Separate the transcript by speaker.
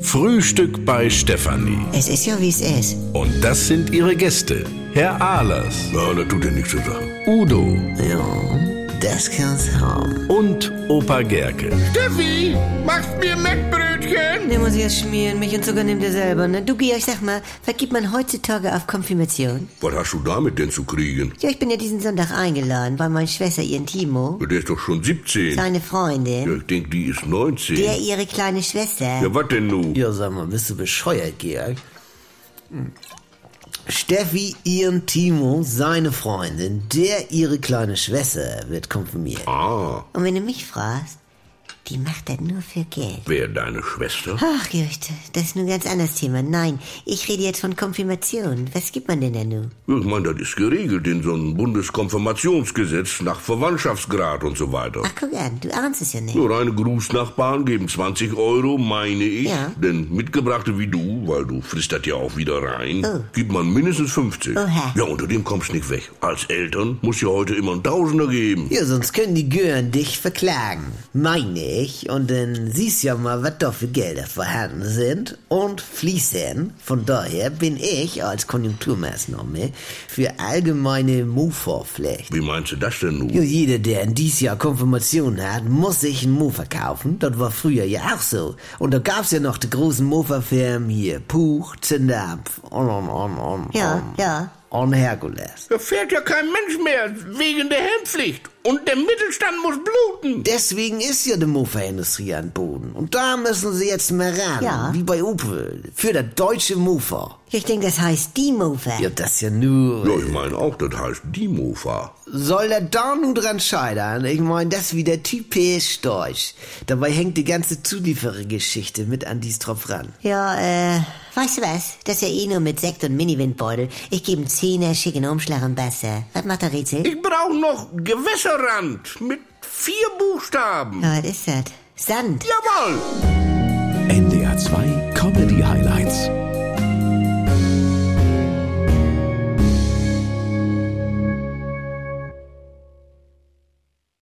Speaker 1: Frühstück bei Stefanie.
Speaker 2: Es ist ja, wie es ist.
Speaker 1: Und das sind ihre Gäste. Herr Ahlers. Ja, da tut er nichts zu sagen. Udo
Speaker 2: Ja, das kann's haben.
Speaker 1: und Opa Gerke.
Speaker 3: Steffi, machst mir Mettbrötchen?
Speaker 2: Den muss ich jetzt schmieren. Mich und Zucker nehmt ihr selber, ne? Du, Georg, sag mal, was gibt man heutzutage auf Konfirmation?
Speaker 3: Was hast du damit denn zu kriegen?
Speaker 2: Ja, ich bin ja diesen Sonntag eingeladen bei meiner Schwester, ihren Timo.
Speaker 3: Der ist doch schon 17.
Speaker 2: Seine
Speaker 3: Ja,
Speaker 2: Freundin.
Speaker 3: ich denk, die ist 19.
Speaker 2: Der, ihre kleine Schwester.
Speaker 3: Ja, was denn nun?
Speaker 4: Ja, sag mal, bist du bescheuert, Georg? Steffi, ihren Timo, seine Freundin, der ihre kleine Schwester wird konfirmiert.
Speaker 3: Ah,
Speaker 2: Und wenn du mich fragst, die macht das nur für Geld.
Speaker 3: wer deine Schwester?
Speaker 2: Ach, Georg, das ist nun ein ganz anderes Thema. Nein, ich rede jetzt von Konfirmation. Was gibt man denn da nun?
Speaker 3: Ja, Ich meine, das ist geregelt in so einem Bundeskonfirmationsgesetz nach Verwandtschaftsgrad und so weiter.
Speaker 2: Ach, guck an, du ahnst es ja nicht.
Speaker 3: Nur reine Grußnachbarn geben 20 Euro, meine ich.
Speaker 2: Ja.
Speaker 3: Denn Mitgebrachte wie du, weil du frisst das ja auch wieder rein,
Speaker 2: Oh.
Speaker 3: gibt man mindestens 50.
Speaker 2: Oha.
Speaker 3: Ja, unter dem kommst nicht weg. Als Eltern muss ja heute immer ein Tausender geben.
Speaker 4: Ja, sonst können die Gören dich verklagen. Meine ich. Und dann siehst ja mal, was da für Gelder vorhanden sind und fließen. Von daher bin ich als Konjunkturmaßnahme für allgemeine Mu-Vorpflicht.
Speaker 3: Wie meinst du das denn nun?
Speaker 4: Ja, jeder, der in dies Jahr Konfirmation hat, muss sich einen Mofa kaufen. Das war früher ja auch so. Und da gab's ja noch die großen Mofa-Firmen hier. Puch, Zinderapf und, und, und, und.
Speaker 2: Ja,
Speaker 4: und,
Speaker 2: ja.
Speaker 4: Und Herkules.
Speaker 3: Da fährt ja kein Mensch mehr wegen der Helmpflicht. Und der Mittelstand muss bluten.
Speaker 4: Deswegen ist ja die Mofa-Industrie an Boden. Und da müssen sie jetzt mal ran.
Speaker 2: Ja.
Speaker 4: Wie bei Opel. Für das deutsche Mofa.
Speaker 2: Ich denke, das heißt die Mover.
Speaker 4: Ja, das ist ja nur...
Speaker 3: Ja, ich meine auch, das heißt die Mofa.
Speaker 4: Soll der da nun dran scheitern? Ich meine, das ist wieder typisch deutsch. Dabei hängt die ganze Zulieferergeschichte mit an dies drauf ran.
Speaker 2: Ja, äh, weißt du was? Das ist ja eh nur mit Sekt und Mini-Windbeutel. Ich gebe einen Zehner, schicke einen Umschlag und besser. Was macht der Rätsel?
Speaker 3: Ich brauche noch Gewässerrand mit vier Buchstaben.
Speaker 2: Ja, was ist das? Sand.
Speaker 3: Jawohl.
Speaker 5: NDR 2 Comedy Highlights.